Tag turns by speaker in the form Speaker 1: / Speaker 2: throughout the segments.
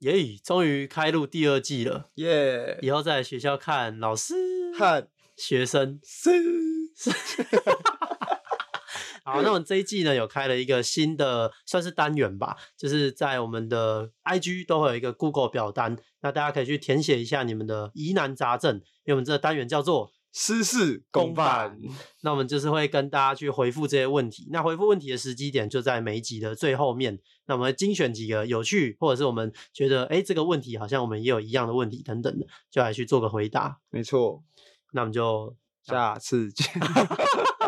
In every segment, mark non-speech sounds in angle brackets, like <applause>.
Speaker 1: 耶、终于开录第二季了，
Speaker 2: 耶、
Speaker 1: 以后在学校看老师、
Speaker 2: 汉
Speaker 1: 学生。
Speaker 2: 森，
Speaker 1: <laughs> 好，那我们这一季呢，有开了一个新的算是单元吧，就是在我们的 IG 都会有一个 Google 表单，那大家可以去填写一下你们的疑难杂症，因为我们这个单元叫做
Speaker 2: 私事
Speaker 1: 公办，那我们就是会跟大家去回复这些问题。那回复问题的时机点就在每一集的最后面。那我们精选几个有趣，或者是我们觉得哎这个问题好像我们也有一样的问题等等的，就来去做个回答。
Speaker 2: 没错，
Speaker 1: 那我们就
Speaker 2: 下次见。 <laughs>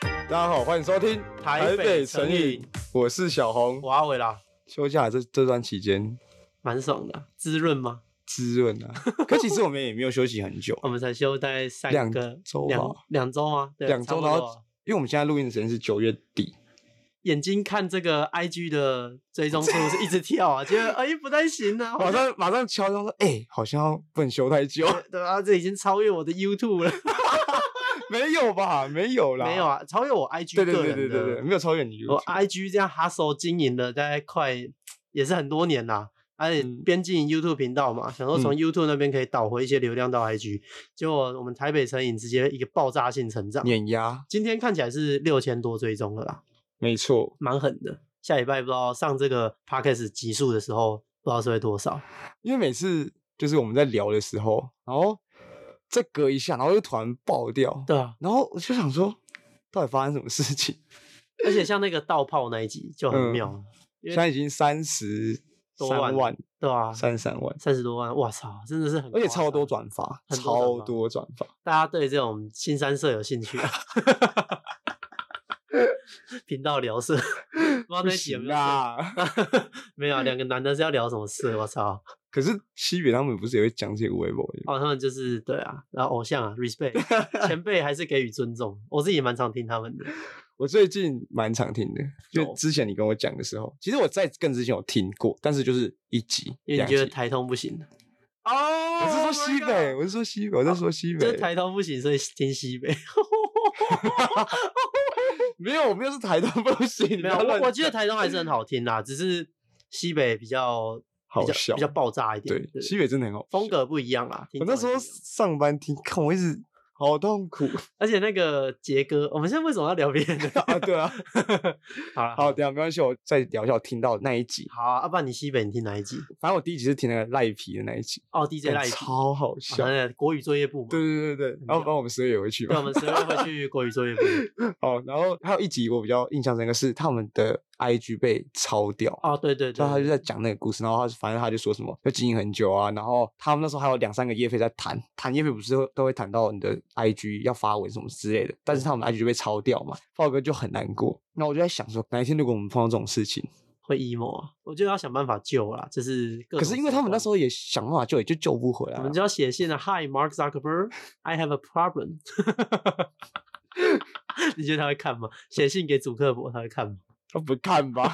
Speaker 2: 大家好，欢迎收听
Speaker 1: 台北成瘾，
Speaker 2: 我是小红。
Speaker 1: 我阿伟啦，
Speaker 2: 休假这这段期间
Speaker 1: 蛮爽的，滋润吗？
Speaker 2: 滋润 <laughs> 啊，可其实我们也没有休息很久，
Speaker 1: 我们才休大概三
Speaker 2: 两
Speaker 1: 个
Speaker 2: 周
Speaker 1: 两
Speaker 2: 吧
Speaker 1: 两周吗？对，
Speaker 2: 两
Speaker 1: 差
Speaker 2: 周，
Speaker 1: 不
Speaker 2: 然
Speaker 1: 多
Speaker 2: 后
Speaker 1: 啊
Speaker 2: 因为我们现在录音的时间是九月
Speaker 1: <laughs>
Speaker 2: 底，
Speaker 1: 眼睛看这个 IG 的追踪数是一直跳啊，觉得哎不太行啊，
Speaker 2: 马上马上敲钟说，哎、好像不能休
Speaker 1: <laughs>
Speaker 2: 太久，
Speaker 1: 对啊，这已经超越我的 YouTube 了。 <laughs>
Speaker 2: 没有吧？没有啦，
Speaker 1: 没有，啊，超越我 IG
Speaker 2: 对对
Speaker 1: 个
Speaker 2: 对
Speaker 1: 人
Speaker 2: 对对
Speaker 1: 的哦
Speaker 2: 对，没有超越你
Speaker 1: 我
Speaker 2: YouTube。
Speaker 1: IG 这样 hustle 经营了大概快也是很多年啦，而且边经营 YouTube 频道嘛，想说从
Speaker 2: 嗯
Speaker 1: YouTube 那边可以导回一些流量到 IG，、结果我们台北成瘾直接一个爆炸性成长，
Speaker 2: 碾压，
Speaker 1: 今天看起来是六千多追踪了啦，
Speaker 2: 没错。
Speaker 1: 蛮狠的。下礼拜不知道上这个 podcast 集数的时候，不知道是会多少。
Speaker 2: 因为每次就是我们在聊的时候，然后再隔一下，然后又突然爆掉，
Speaker 1: 对啊，
Speaker 2: 然后我就想说，到底发生什么事情？
Speaker 1: 而且像那个盗炮那一集就很
Speaker 2: 嗯
Speaker 1: 妙，因为
Speaker 2: 现在已经三十
Speaker 1: 多
Speaker 2: 三
Speaker 1: 万
Speaker 2: 万，
Speaker 1: 对啊，
Speaker 2: 三十三万，
Speaker 1: 三十多万，哇操，真的是很夸张，
Speaker 2: 而且超多转发，
Speaker 1: 很多转
Speaker 2: 超
Speaker 1: 发
Speaker 2: 多转发。
Speaker 1: 大家对这种新三社有兴趣、啊？频道聊色，不知道
Speaker 2: 不
Speaker 1: 那集有
Speaker 2: 行
Speaker 1: 没有色？
Speaker 2: 啦！
Speaker 1: <laughs> 没有，啊两个男的是要聊什么色？我操！
Speaker 2: 可是西北他们不是也会讲这个微博？
Speaker 1: 哦，他们就是对啊，然后偶像啊，respect
Speaker 2: <laughs>
Speaker 1: 前辈还是给予尊重。我自己也蛮常听他们的，
Speaker 2: 我最近蛮常听的，就
Speaker 1: 有
Speaker 2: 之前你跟我讲的时候，其实我在更之前有听过，但是就是一集，
Speaker 1: 因为
Speaker 2: 两
Speaker 1: 你
Speaker 2: 集
Speaker 1: 觉得台通不行，，Oh
Speaker 2: 哦，我是说西
Speaker 1: my
Speaker 2: 北，我是说西北，我在说西
Speaker 1: 哦就
Speaker 2: 北
Speaker 1: 是，台通不行，所以听西北。
Speaker 2: 没有，我没有是台东不行，你
Speaker 1: <laughs>
Speaker 2: 不
Speaker 1: 没有，
Speaker 2: 要乱
Speaker 1: 我我觉得台通还是很好听啦，只是西北比较
Speaker 2: 好
Speaker 1: 比较
Speaker 2: 笑
Speaker 1: 比较爆炸一点，
Speaker 2: 对西北真的很好。
Speaker 1: 风格不一样啦。
Speaker 2: 我
Speaker 1: 听
Speaker 2: 那
Speaker 1: 众
Speaker 2: 时
Speaker 1: 也
Speaker 2: 候
Speaker 1: 不一样
Speaker 2: 上班听，看我一直好痛苦 <laughs>
Speaker 1: 而且那个杰哥，我们现在为什么要聊别人的？
Speaker 2: 啊！对啊，
Speaker 1: 好啦
Speaker 2: 好，等一下没关系，我再聊一下我听到的那一集。
Speaker 1: 好啊，阿爸，不然你西北你听哪一集？
Speaker 2: 反正我第一集是听那个赖皮的那一集，
Speaker 1: 哦，DJ
Speaker 2: 干
Speaker 1: 赖皮，
Speaker 2: 超好
Speaker 1: 啊
Speaker 2: 笑。
Speaker 1: 那个国语作业部嘛。
Speaker 2: 对对对对，然后反正我们十二也会去
Speaker 1: 对，啊
Speaker 2: 嘛
Speaker 1: 我。们十二会去国语
Speaker 2: <laughs>
Speaker 1: 作业部。
Speaker 2: 哦，然后还有一集我比较印象深刻是他们的 IG 被抄掉，
Speaker 1: 哦，对对
Speaker 2: 所
Speaker 1: 对，
Speaker 2: 以他就在讲那个故事，然后他就反正他就说什么要经营很久啊，然后他们那时候还有两三个业费在谈，谈业费不是会都会谈到你的 IG 要发文什么之类的，但是他们的 IG 就被抄掉嘛，豹哥就很难过。那我就在想说，哪一天如果我们碰到这种事情，
Speaker 1: 会 emo 啊，我就要想办法救啦。就是各种手段，
Speaker 2: 可是因为他们那时候也想办法救，也就救不回来啊
Speaker 1: 我
Speaker 2: 了
Speaker 1: 们。就要写信了，Hi 啊 Mark Zuckerberg，I have a problem 。你觉得他会看吗？写信给祖克伯，他会看吗？ <laughs>
Speaker 2: 他不看吧？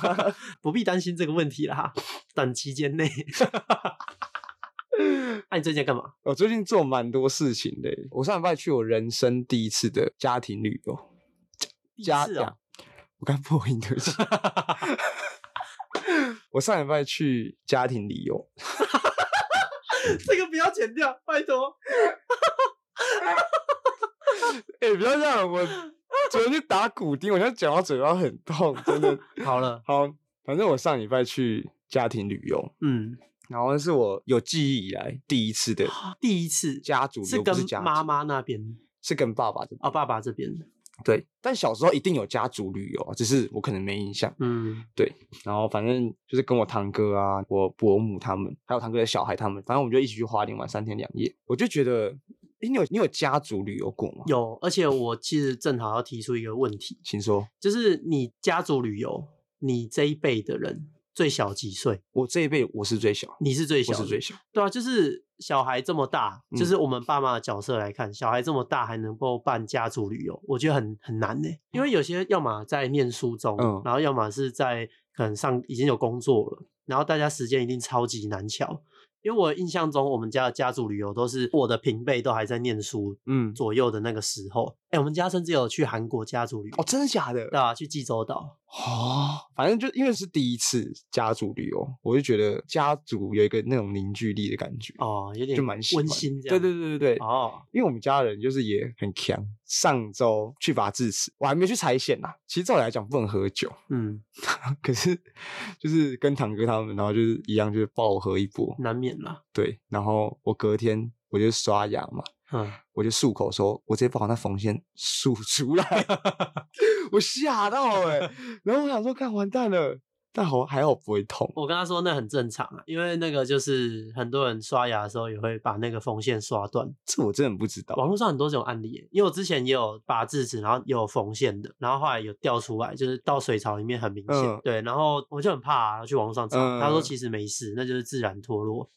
Speaker 1: 不必担心这个问题啦，短期间内。 <laughs> 那、你最近在干嘛？
Speaker 2: 我哦最近做蛮多事情的耶，我上礼拜去我人生第一次的家庭旅游，
Speaker 1: 第一
Speaker 2: 家
Speaker 1: 次哦，
Speaker 2: 我刚破音，对
Speaker 1: <laughs>
Speaker 2: 不起。我上礼拜去家庭旅游，
Speaker 1: <laughs> 这个不要剪掉，拜托。
Speaker 2: 哎、不要这样！我昨天去打骨钉，我现在讲到嘴巴很痛，真的。
Speaker 1: 好了，
Speaker 2: 好，反正我上礼拜去家庭旅游，
Speaker 1: 嗯，
Speaker 2: 然后那是我有记忆以来第
Speaker 1: <gasps>
Speaker 2: 一次的
Speaker 1: 第一次
Speaker 2: 家族旅
Speaker 1: 是
Speaker 2: 游，不
Speaker 1: 跟
Speaker 2: 是家
Speaker 1: 妈
Speaker 2: 族
Speaker 1: 妈那边
Speaker 2: 是跟爸爸的。
Speaker 1: 啊、爸爸这边，
Speaker 2: 对，但小时候一定有家族旅游啊，只是我可能没印象。
Speaker 1: 嗯，
Speaker 2: 然后反正就是跟我堂哥啊、我伯母他们，还有堂哥的小孩他们，反正我们就一起去花莲玩三天两夜。我就觉得，哎、你有你有家族旅游过吗？，
Speaker 1: 有，而且我其实正好要提出一个问题，
Speaker 2: 请说。
Speaker 1: 就是你家族旅游，你这一辈的人最小几岁？
Speaker 2: 我这一辈我是最小，
Speaker 1: 你是最小
Speaker 2: 我
Speaker 1: 的，
Speaker 2: 是最小。
Speaker 1: 对啊，就是小孩这么大，
Speaker 2: 嗯
Speaker 1: 就是我们爸妈的角色来看，小孩这么大还能够办家族旅游，我觉得很很难呢、欸因为有些要么在念书中，
Speaker 2: 嗯
Speaker 1: 然后要么是在可能上已经有工作了，然后大家时间一定超级难巧。因为我印象中我们家的家族旅游都是我的平辈都还在念书
Speaker 2: 嗯，
Speaker 1: 左右的那个时候，哎、我们家甚至有去韩国家族旅游，
Speaker 2: 哦，真的假的？
Speaker 1: 对啊，去济州岛，
Speaker 2: 哦，反正就因为是第一次家族旅游，我就觉得家族有一个那种凝聚力的感觉，
Speaker 1: 哦，有点
Speaker 2: 就蛮喜
Speaker 1: 温
Speaker 2: 欢
Speaker 1: 馨这
Speaker 2: 对
Speaker 1: 样，
Speaker 2: 对
Speaker 1: 对，
Speaker 2: 对对对，
Speaker 1: 哦，
Speaker 2: 因为我们家人就是也很强。上周去拔智齿，我还没去拆线呐。其实照理来讲不能喝酒，
Speaker 1: 嗯，
Speaker 2: 可是就是跟堂哥他们，然后就是一样，就是爆喝一波。
Speaker 1: 难免啦，
Speaker 2: 对，然后我隔天我就刷牙嘛，
Speaker 1: 嗯，
Speaker 2: 我就漱口说，我直接把我那缝线漱
Speaker 1: <laughs>
Speaker 2: 出来，我吓到哎、然后我想说，看完蛋了，但好还好不会痛。
Speaker 1: 我跟他说那很正常啊，因为那个就是很多人刷牙的时候也会把那个缝线刷断，
Speaker 2: 这我真的不知道。
Speaker 1: 网络上很多这种案例耶，因为我之前也有拔智齿，然后也有缝线的，然后后来有掉出来，就是到水槽里面很明显，
Speaker 2: 嗯
Speaker 1: 对，然后我就很怕、啊，然后去网络上查，他说
Speaker 2: 嗯
Speaker 1: 其实没事，那就是自然脱落。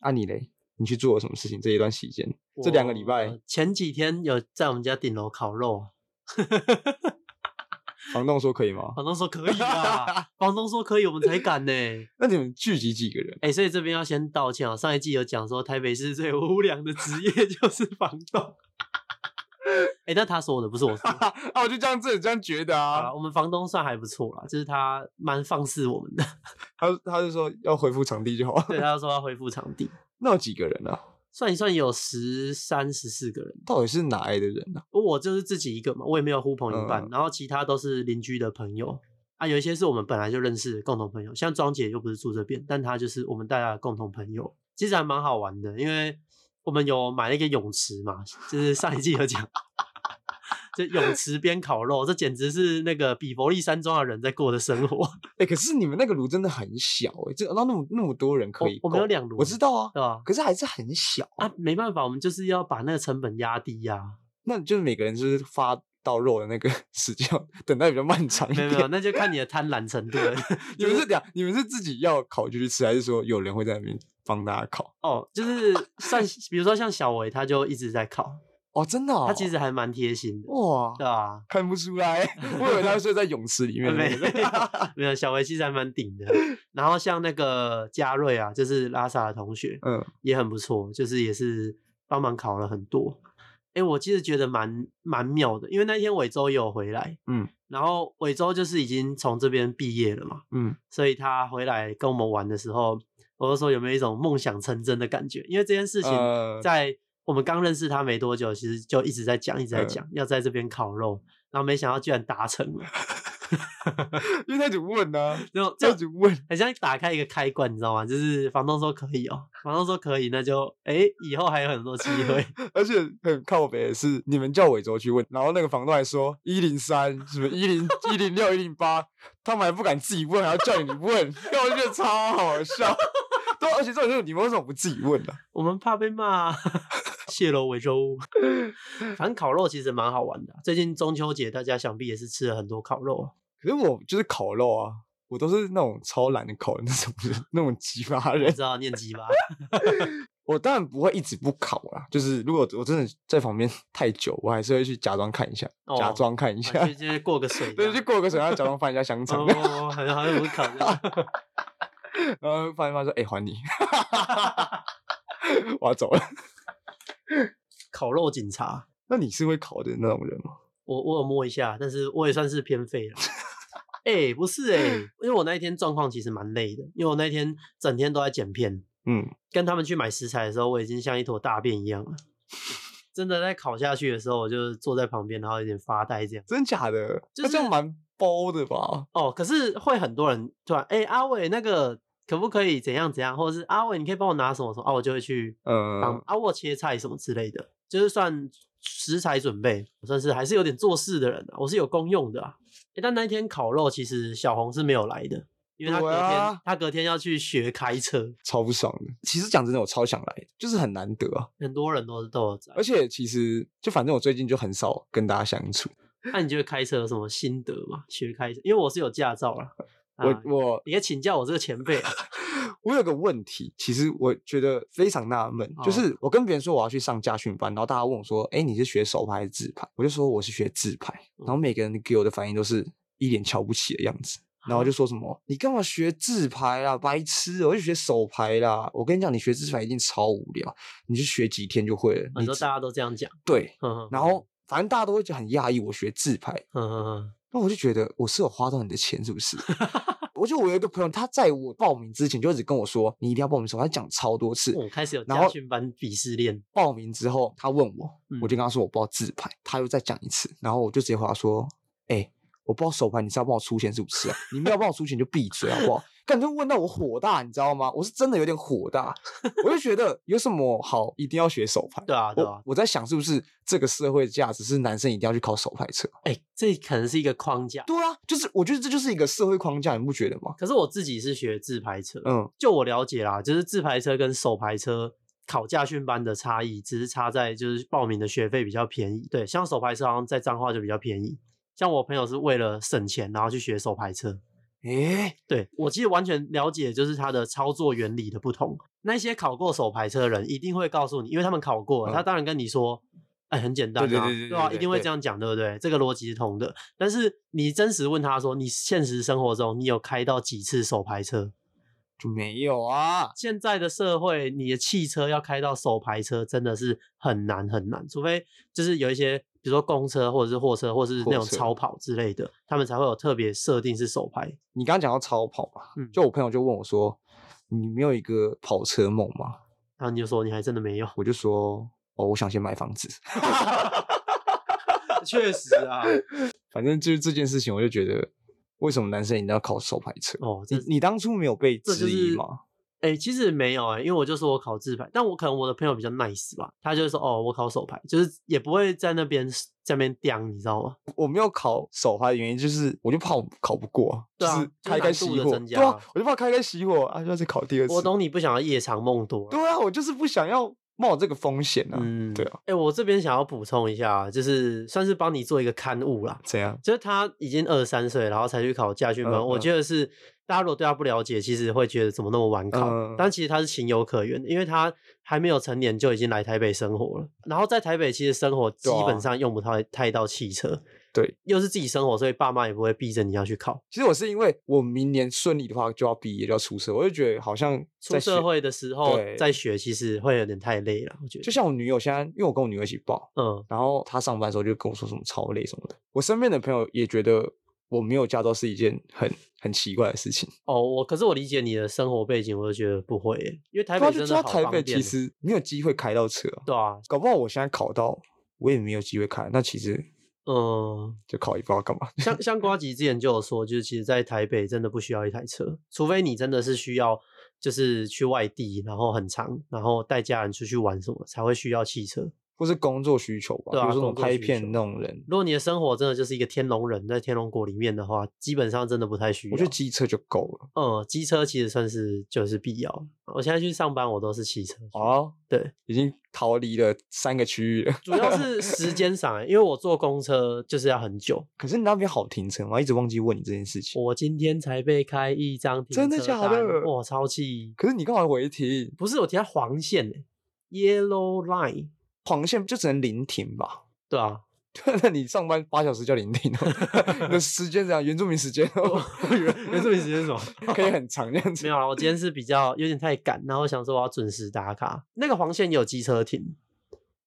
Speaker 2: 啊你嘞？你去做了什么事情？这一段时间，这两个礼拜
Speaker 1: 我，前几天有在我们家顶楼烤肉，啊
Speaker 2: 房东说可以吗？
Speaker 1: 房东说可以
Speaker 2: <laughs>
Speaker 1: 啊，房东说可以，我们才敢呢、
Speaker 2: 那你们聚集几个人？ <laughs>
Speaker 1: 哎、所以这边要先道歉啊！上一季有讲说，台北市最无良的职业就是房东。 <laughs> 哎、但他说的不是我
Speaker 2: <laughs>
Speaker 1: 说的。
Speaker 2: 啊，我就这样自己这样觉得
Speaker 1: 好
Speaker 2: 啊
Speaker 1: 啦。我们房东算还不错啦，就是他蛮放肆我们的。 <laughs>
Speaker 2: 他他就说要恢复场地就好。 <laughs>
Speaker 1: 对，他说要恢复场地，
Speaker 2: 那有几个人啊？
Speaker 1: 算一算有十三、十四个人。
Speaker 2: 到底是哪来的人啊？
Speaker 1: 我就是自己一个嘛，我也没有呼朋引伴，
Speaker 2: 嗯
Speaker 1: 然后其他都是邻居的朋友啊，有一些是我们本来就认识的共同朋友，像庄姐又不是住这边，但她就是我们大家的共同朋友，其实还蛮好玩的，因为我们有买了一个泳池嘛，就是上一季有讲。就泳池边烤肉，这简直是那个比佛利山庄的人在过的生活， <laughs>
Speaker 2: 哎、可是你们那个炉真的很小哎、这那那么那么多人可以
Speaker 1: 哦我我们有
Speaker 2: 够
Speaker 1: 两炉
Speaker 2: 我知道啊，
Speaker 1: 对吧？
Speaker 2: 可是还是很小啊。
Speaker 1: 啊，没办法，我们就是要把那个成本压低呀、 <laughs>
Speaker 2: 那就是每个人就是发到肉的那个 <laughs> 时间等待比较漫长一
Speaker 1: 没有没有，
Speaker 2: 点。
Speaker 1: 那就看你的贪婪程度了。
Speaker 2: 你们是俩，你们是自己要烤就去吃，还是说有人会在那边帮大家烤？
Speaker 1: 哦，就是算，比如说像小维，他就一直在烤，
Speaker 2: 哦，真的、哦，
Speaker 1: 他其实还蛮贴心的，
Speaker 2: 哇，
Speaker 1: 对
Speaker 2: <laughs>
Speaker 1: 吧、
Speaker 2: 看不出来，
Speaker 1: <laughs>
Speaker 2: 我以为他会睡在泳池里
Speaker 1: 没
Speaker 2: 面的
Speaker 1: 没
Speaker 2: 那个。 <laughs>
Speaker 1: 有没有，小维其实还蛮顶的。然后像那个嘉瑞啊，就是拉萨的同学，
Speaker 2: 嗯，
Speaker 1: 也很不错，就是也是帮忙烤了很多。哎、我其实觉得蛮蛮妙的，因为那天伟洲也有回来，
Speaker 2: 嗯，
Speaker 1: 然后伟洲就是已经从这边毕业了嘛，
Speaker 2: 嗯，
Speaker 1: 所以他回来跟我们玩的时候，我就说有没有一种梦想成真的感觉？因为这件事情
Speaker 2: 呃
Speaker 1: 在我们刚认识他没多久，其实就一直在讲，一直在
Speaker 2: 呃
Speaker 1: 讲、要在这边烤肉，然后没想到居然达成了，
Speaker 2: 因为他一直问呢、啊，
Speaker 1: 然后
Speaker 2: 他
Speaker 1: 就
Speaker 2: <laughs> 一直问，
Speaker 1: 很像打开一个开关，你知道吗？就是房东说可以哦、房东说可以，那就哎、以后还有很多机
Speaker 2: <laughs>
Speaker 1: 会。
Speaker 2: 而且很靠北的是，你们叫伟洲去问，然后那个房东还说一零三什么一
Speaker 1: <laughs>
Speaker 2: 零一零六一零八，他们还不敢自己问，还要叫你问， <laughs> 让我觉得超好笑。 <laughs> 对，而且这种就是你们为什么不自己问呢、
Speaker 1: 我们怕被骂，泄露维
Speaker 2: <laughs>
Speaker 1: 州。反正烤肉其实蛮好玩的啊、最近中秋节大家想必也是吃了很多烤肉啊。
Speaker 2: 可是我就是烤肉啊，我都是那种超懒得烤的那种人，那种鸡巴
Speaker 1: 我
Speaker 2: 人。
Speaker 1: 知道念鸡
Speaker 2: <laughs>
Speaker 1: 吧？
Speaker 2: 我当然不会一直不烤啦，就是如果我真的在旁边太久，我还是会去假装看一下，假
Speaker 1: 哦
Speaker 2: 装看一下
Speaker 1: 啊就，就是过个水这
Speaker 2: <laughs> 对，
Speaker 1: 样。
Speaker 2: 就过个水，然后假装翻一下香肠。
Speaker 1: 哦，好像好像不是烤
Speaker 2: <laughs>
Speaker 1: 肉。
Speaker 2: 然后发现他说：“哎、还你， <laughs> 我要走了。
Speaker 1: 烤肉警察，”
Speaker 2: 那你是会烤的那种人吗？
Speaker 1: 我我有摸一下，但是我也算是偏废了。哎、不是哎、因为我那一天状况其实蛮累的，因为我那一天整天都在剪片，
Speaker 2: 嗯，
Speaker 1: 跟他们去买食材的时候，我已经像一坨大便一样了。 <laughs> 真的在烤下去的时候，我就坐在旁边，然后有点发呆这样。
Speaker 2: 真假的？
Speaker 1: 就
Speaker 2: 那
Speaker 1: 是
Speaker 2: 这样蛮包的吧？
Speaker 1: 哦，可是会很多人突然，哎、阿伟那个可不可以怎样怎样，或者是阿伟你可以帮我拿什么什么，啊，我就会去帮、
Speaker 2: 嗯，
Speaker 1: 阿沃切菜什么之类的，就是算食材准备，我算是还是有点做事的人啊，我是有公用的啊。诶但那一天烤肉其实小红是没有来的，因为他隔
Speaker 2: 对
Speaker 1: 天、
Speaker 2: 啊
Speaker 1: 他隔天要去学开车，
Speaker 2: 超不爽的。其实讲真的，我超想来的，就是很难得啊。
Speaker 1: 很多人都都有在
Speaker 2: 而。且其实就反正我最近就很少跟大家相处。
Speaker 1: 那你觉得开车有什么心得吗？学开车，因为我是有驾照了，啊、
Speaker 2: <laughs> 我我
Speaker 1: 你可以请教我这个前辈、啊。
Speaker 2: 我有个问题，其实我觉得非常纳闷，
Speaker 1: 哦
Speaker 2: 就是我跟别人说我要去上驾训班，然后大家问我说：“哎、你是学手牌还
Speaker 1: 嗯
Speaker 2: 是自拍？”我就说我是学自拍，然后每个人给我的反应都是一脸瞧不起的样子。然
Speaker 1: 啊
Speaker 2: 后就说什么你干嘛学自拍啦，白痴哦、我就学手拍啦。我跟你讲，你学自拍一定超无聊，你就学几天就会了。
Speaker 1: 很
Speaker 2: <laughs> 你
Speaker 1: 多哦
Speaker 2: 只
Speaker 1: 大家都这样讲，
Speaker 2: 对，
Speaker 1: 嗯哼，
Speaker 2: 然后反正大家都会觉得很讶异，我学自拍，
Speaker 1: 嗯嗯嗯，
Speaker 2: 那我就觉得我是有花到你的钱是不 <laughs> 是？我就我有一个朋友，他在我报名之前就一直跟我说，你一定要报名什么，他讲超多次。
Speaker 1: 我开始有
Speaker 2: 然
Speaker 1: 家
Speaker 2: 后
Speaker 1: 训班鄙视链，
Speaker 2: 报名之后，他问我，我
Speaker 1: 嗯
Speaker 2: 就跟他说我不知道自拍，他又再讲一次，然后我就直接回答说，哎、我不知道手牌，你是要帮我出钱是不是啊？你没有帮我出钱就闭嘴好不好？感觉问到我火大，你知道吗？我是真的有点火大，我就觉得有什么好一定要学手牌？
Speaker 1: <laughs> 对啊对啊
Speaker 2: 我，我在想是不是这个社会价值是男生一定要去考手牌车？
Speaker 1: 哎，这可能是一个框架。
Speaker 2: 对啊，就是我觉得这就是一个社会框架，你不觉得吗？
Speaker 1: 可是我自己是学自排车，
Speaker 2: 嗯，
Speaker 1: 就我了解啦，就是自排车跟手排车考驾训班的差异，只是差在就是报名的学费比较便宜。对，像手排车好像在彰化就比较便宜。像我朋友是为了省钱，然后去学手排车。
Speaker 2: 诶，
Speaker 1: 对我其实完全了解，就是它的操作原理的不同。那些考过手排车的人一定会告诉你，因为他们考过，
Speaker 2: 嗯
Speaker 1: 他当然跟你说，哎、很简单啊，
Speaker 2: 对对对对
Speaker 1: 吧、
Speaker 2: 对
Speaker 1: 一定会
Speaker 2: 对
Speaker 1: 这样讲，对不对？这个逻辑是通的。但是你真实问他说，你现实生活中你有开到几次手排车？
Speaker 2: 就没有啊。
Speaker 1: 现在的社会，你的汽车要开到手排车真的是很难很难，除非就是有一些，比如说公车或者是货车，或是那
Speaker 2: 货
Speaker 1: 种
Speaker 2: 车
Speaker 1: 超跑之类的，他们才会有特别设定是手排。
Speaker 2: 你刚刚讲到超跑嘛，
Speaker 1: 嗯
Speaker 2: 啊就我朋友就问我说，你没有一个跑车梦吗？
Speaker 1: 然后你就说你还真的
Speaker 2: <laughs>
Speaker 1: 没有，
Speaker 2: 我就说，哦，我想先买房子。 <laughs>
Speaker 1: 确实啊，
Speaker 2: 反正就是这件事情，我就觉得，为什么男生一定要考手牌车？
Speaker 1: 哦，这
Speaker 2: 你你当初没有被
Speaker 1: 这就
Speaker 2: 质疑
Speaker 1: 是
Speaker 2: 吗？
Speaker 1: 哎、其实没有哎、因为我就说我考自排，但我可能我的朋友比较 nice 吧，他就会说哦，我考手排，就是也不会在那边在那边刁，你知道吗？
Speaker 2: 我没有考手牌的原因就是，我就怕我考不过啊，
Speaker 1: 对啊
Speaker 2: 就
Speaker 1: 就是
Speaker 2: 开开
Speaker 1: 难度
Speaker 2: 熄
Speaker 1: 的
Speaker 2: 火，
Speaker 1: 增
Speaker 2: 对
Speaker 1: 加
Speaker 2: 啊，我就怕开开熄火啊，就要再考第二次。
Speaker 1: 我懂你不想要夜长梦多啦，
Speaker 2: 对啊，我就是不想要冒这个风险啊。
Speaker 1: 嗯
Speaker 2: 对啊，
Speaker 1: 哎、我这边想要补充一下，啊就是算是帮你做一个刊物啦，
Speaker 2: 怎样？
Speaker 1: 就是他已经二十三岁，然后才去考驾训班，
Speaker 2: 嗯
Speaker 1: 我
Speaker 2: 嗯
Speaker 1: 觉得是大家如果对他不了解，其实会觉得怎么那么晚考，
Speaker 2: 嗯
Speaker 1: 但其实他是情有可原的，因为他还没有成年就已经来台北生活了，然后在台北其实生活基
Speaker 2: 对啊
Speaker 1: 本上用不太太到汽车，
Speaker 2: 对，
Speaker 1: 又是自己生活，所以爸妈也不会逼着你要去考。
Speaker 2: 其实我是因为我明年顺利的话就要毕业，就要出社会，我就觉得好像
Speaker 1: 出
Speaker 2: 在
Speaker 1: 社
Speaker 2: 学，
Speaker 1: 会的时候
Speaker 2: 对
Speaker 1: 再学，其实会有点太累了，我觉得。
Speaker 2: 就像我女友现在，因为我跟我女友一起报，
Speaker 1: 嗯，
Speaker 2: 然后她上班的时候就跟我说什么超累什么的。我身边的朋友也觉得我没有驾照是一件很很奇怪的事情，
Speaker 1: 哦，我可是我理解你的生活背景，我就觉得不会耶，因为台
Speaker 2: 对
Speaker 1: 北
Speaker 2: 啊
Speaker 1: 真
Speaker 2: 就知
Speaker 1: 的好
Speaker 2: 道台
Speaker 1: 方
Speaker 2: 北
Speaker 1: 便
Speaker 2: 其
Speaker 1: 哦
Speaker 2: 实没有机会开到车啊、
Speaker 1: 对啊，
Speaker 2: 搞不好我现在考到我也没有机会开，那其实
Speaker 1: 嗯，
Speaker 2: 就考也不知道干嘛。
Speaker 1: 像像瓜吉之前就有说，就是其实，在台北真的不需要一台车，除非你真的是需要，就是去外地，然后很长，然后带家人出去玩什么，才会需要汽车。
Speaker 2: 或是工作需求吧，
Speaker 1: 对啊
Speaker 2: 比如说那种
Speaker 1: 工作
Speaker 2: 拍
Speaker 1: 需
Speaker 2: 片
Speaker 1: 求
Speaker 2: 那种人，
Speaker 1: 如果你的生活真的就是一个天龙人，在天龙国里面的话，基本上真的不太需要。
Speaker 2: 我觉得机车就够了。
Speaker 1: 嗯，机车其实算是就是必要。我现在去上班，我都是骑车去。
Speaker 2: 哦，
Speaker 1: 对，
Speaker 2: 已经逃离了三个区域了。
Speaker 1: 主要是时间上欸，因为我坐公车就是要很久。
Speaker 2: 可是你那边好停车吗？一直忘记问你这件事情。
Speaker 1: 我今天才被开一张停
Speaker 2: 真的
Speaker 1: 车
Speaker 2: 假
Speaker 1: 单
Speaker 2: 的
Speaker 1: 哇，超气！
Speaker 2: 可是你干嘛违停？
Speaker 1: 不是我提到黄线欸 Yellow Line，
Speaker 2: 黄线就只能临停吧？ <laughs>
Speaker 1: 对啊，
Speaker 2: 那你上班八小时叫临停哦， <laughs> 你的时间怎样？原住民时间哦，
Speaker 1: 原住民时间是什么 <laughs>
Speaker 2: 可以很长这样子
Speaker 1: 没。有啊，我今天是比较有点太赶，然后想说我要准时打卡。那个黄线也有机车停，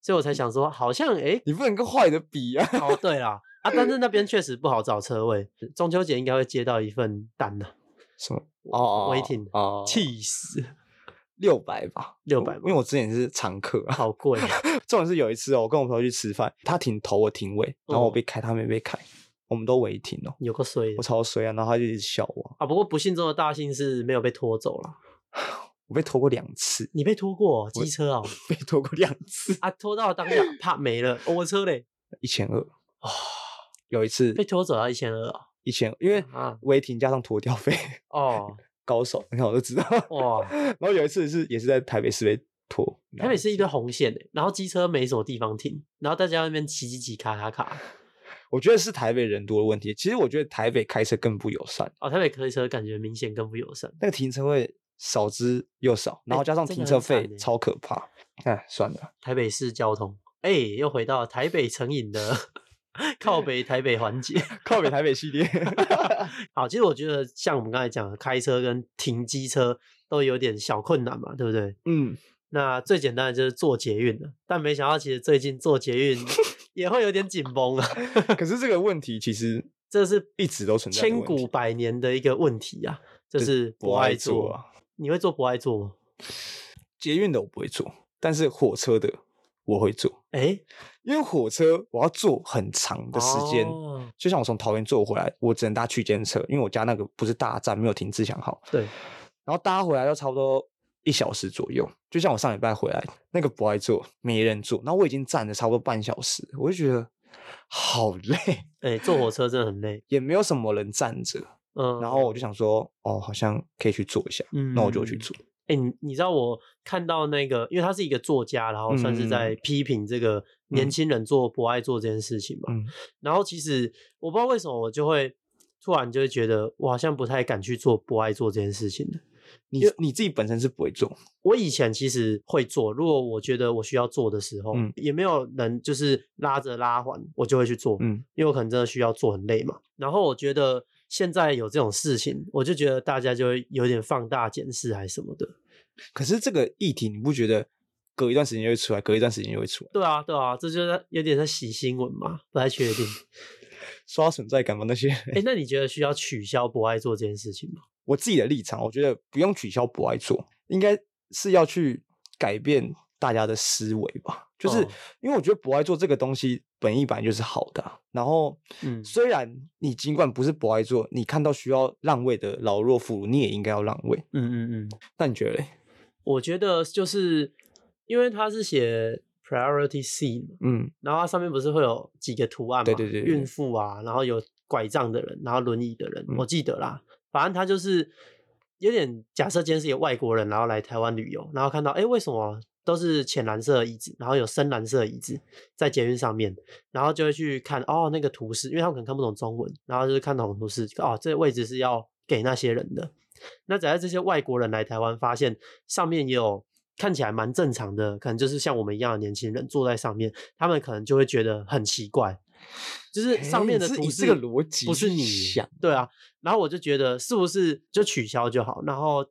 Speaker 1: 所以我才想说好像诶，
Speaker 2: 你不能跟坏的比啊！
Speaker 1: 哦对啦啊，但是那边确实不好找车位。中秋节应该会接到一份单啊的、
Speaker 2: 什么？哦哦，
Speaker 1: 违停
Speaker 2: 哦，
Speaker 1: 气死，
Speaker 2: 六百吧，
Speaker 1: 600
Speaker 2: 因为我之前是常客
Speaker 1: <laughs>
Speaker 2: 啊。
Speaker 1: 好贵啊、
Speaker 2: <laughs> 重点是有一次哦，我跟我朋友去吃饭，他停头，我停尾，然后我
Speaker 1: 嗯
Speaker 2: 被开，他没被开，我们都违停哦。
Speaker 1: 有个衰的
Speaker 2: 我超衰啊，然后他就一直笑我，
Speaker 1: 啊。不过不幸中的大幸是没有被拖走了。
Speaker 2: 我被拖过两次， <laughs>
Speaker 1: 你被拖过哦机车 <laughs> 哦，
Speaker 2: 被拖过两次，
Speaker 1: 啊，拖到当下啪没了，哦我车嘞
Speaker 2: 一千二。
Speaker 1: 啊
Speaker 2: 有一次
Speaker 1: 被拖走要一千二哦
Speaker 2: 一千，因为
Speaker 1: 啊
Speaker 2: 违停加上拖吊费， <laughs>
Speaker 1: <laughs> 哦
Speaker 2: 高手，你看我就知道。
Speaker 1: 哇。
Speaker 2: 然后有一次是也是在台北市被拖，
Speaker 1: 台北是一堆红线诶、然后机车没什么地方停，然后大家在那边骑骑骑卡卡卡。
Speaker 2: 我觉得是台北人多的问题。其实我觉得台北开车更不友善，
Speaker 1: 哦，台北开车感觉明显更不友善。
Speaker 2: 那个停车位少之又少，然后加上
Speaker 1: 真
Speaker 2: 停
Speaker 1: 的
Speaker 2: 车
Speaker 1: 很惨
Speaker 2: 费
Speaker 1: 欸
Speaker 2: 超可怕。哎，算了，
Speaker 1: 台北市交通，哎、又回到台北成瘾的 <laughs> 靠北台北环节。
Speaker 2: 靠北台北
Speaker 1: <laughs>
Speaker 2: 系列，
Speaker 1: 好，其实我觉得像我们刚才讲的，开车跟停机车都有点小困难嘛，对不对？
Speaker 2: 嗯，
Speaker 1: 那最简单的就是坐捷运了，但没想到其实最近坐捷
Speaker 2: <laughs>
Speaker 1: 运也会有点紧绷啊，
Speaker 2: 可是这个问题其实
Speaker 1: <laughs> 这是
Speaker 2: 一直都存在的
Speaker 1: 千
Speaker 2: 问题
Speaker 1: 古百年的一个问题啊，就是不爱坐。
Speaker 2: 啊。
Speaker 1: 你会坐不爱坐吗？
Speaker 2: 捷运的我不会坐，但是火车的我会坐，
Speaker 1: 哎，
Speaker 2: 因为火车我要坐很长的时间。
Speaker 1: 哦
Speaker 2: 就像我从桃园坐回来，我只能搭区间车，因为我家那个不是大站，没有停自强号。
Speaker 1: 对，
Speaker 2: 然后搭回来要差不多一小时左右。就像我上礼拜回来，那个不爱坐，没人坐，然后我已经站了差不多半小时，我就觉得好累， <laughs>
Speaker 1: 哎，坐火车真的很累。
Speaker 2: 也没有什么人站着。
Speaker 1: 嗯，
Speaker 2: <laughs> 然后我就想说，哦，好像可以去坐一下，
Speaker 1: 嗯
Speaker 2: 那我就去坐。
Speaker 1: 哎、你你知道我看到那个，因为他是一个作家，然后算是在
Speaker 2: 嗯
Speaker 1: 批评这个年轻人做不爱做这件事情嘛。
Speaker 2: 嗯
Speaker 1: 然后其实我不知道为什么，我就会突然就会觉得，我好像不太敢去做不爱做这件事情了。
Speaker 2: 你你自己本身是不会坐，
Speaker 1: 我以前其实会做，如果我觉得我需要做的时候，
Speaker 2: 嗯
Speaker 1: 也没有人就是拉着拉环，我就会去做，
Speaker 2: 嗯，
Speaker 1: 因为我可能真的需要做，很累嘛。然后我觉得现在有这种事情，我就觉得大家就会有点放大检视还是什么的。
Speaker 2: 可是这个议题你不觉得隔一段时间就会出来，隔一段时间就会出来，
Speaker 1: 对啊，对啊，这就是在有点在洗新闻嘛，不太确定。
Speaker 2: 刷存在感吗？那些人
Speaker 1: 哎、那你觉得需要取消不爱做这件事情吗？
Speaker 2: 我自己的立场，我觉得不用取消不爱做，应该是要去改变大家的思维吧。就是、
Speaker 1: 哦
Speaker 2: 因为我觉得不爱做这个东西本意本来就是好的啊、然后，
Speaker 1: 嗯
Speaker 2: 虽然你尽管不是不爱做，你看到需要让位的老弱妇孺，你也应该要让位。
Speaker 1: 嗯嗯嗯，
Speaker 2: 那你觉得嘞？
Speaker 1: 我觉得就是因为它是写 priority C 嘛，
Speaker 2: 嗯，
Speaker 1: 然后它上面不是会有几个图案嘛？
Speaker 2: 对对对对
Speaker 1: 孕妇啊，然后有拐杖的人，然后轮椅的人，
Speaker 2: 嗯
Speaker 1: 我记得啦。反正他就是有点假设今天是一个外国人，然后来台湾旅游，然后看到哎，诶为什么都是浅蓝色的椅子，然后有深蓝色的椅子在捷运上面，然后就会去看哦那个图示，因为他们可能看不懂中文，然后就是看懂图示，哦这个位置是要给那些人的。那假设这些外国人来台湾，发现上面也有看起来蛮正常的，可能就是像我们一样的年轻人坐在上面，他们可能就会觉得很奇怪，就是上
Speaker 2: 诶
Speaker 1: 面的
Speaker 2: 哎是
Speaker 1: 图
Speaker 2: 以
Speaker 1: 示
Speaker 2: 这个逻辑
Speaker 1: 不是
Speaker 2: 去
Speaker 1: 你
Speaker 2: 想
Speaker 1: 对啊。然后我就觉得是不是就取消就好，然后。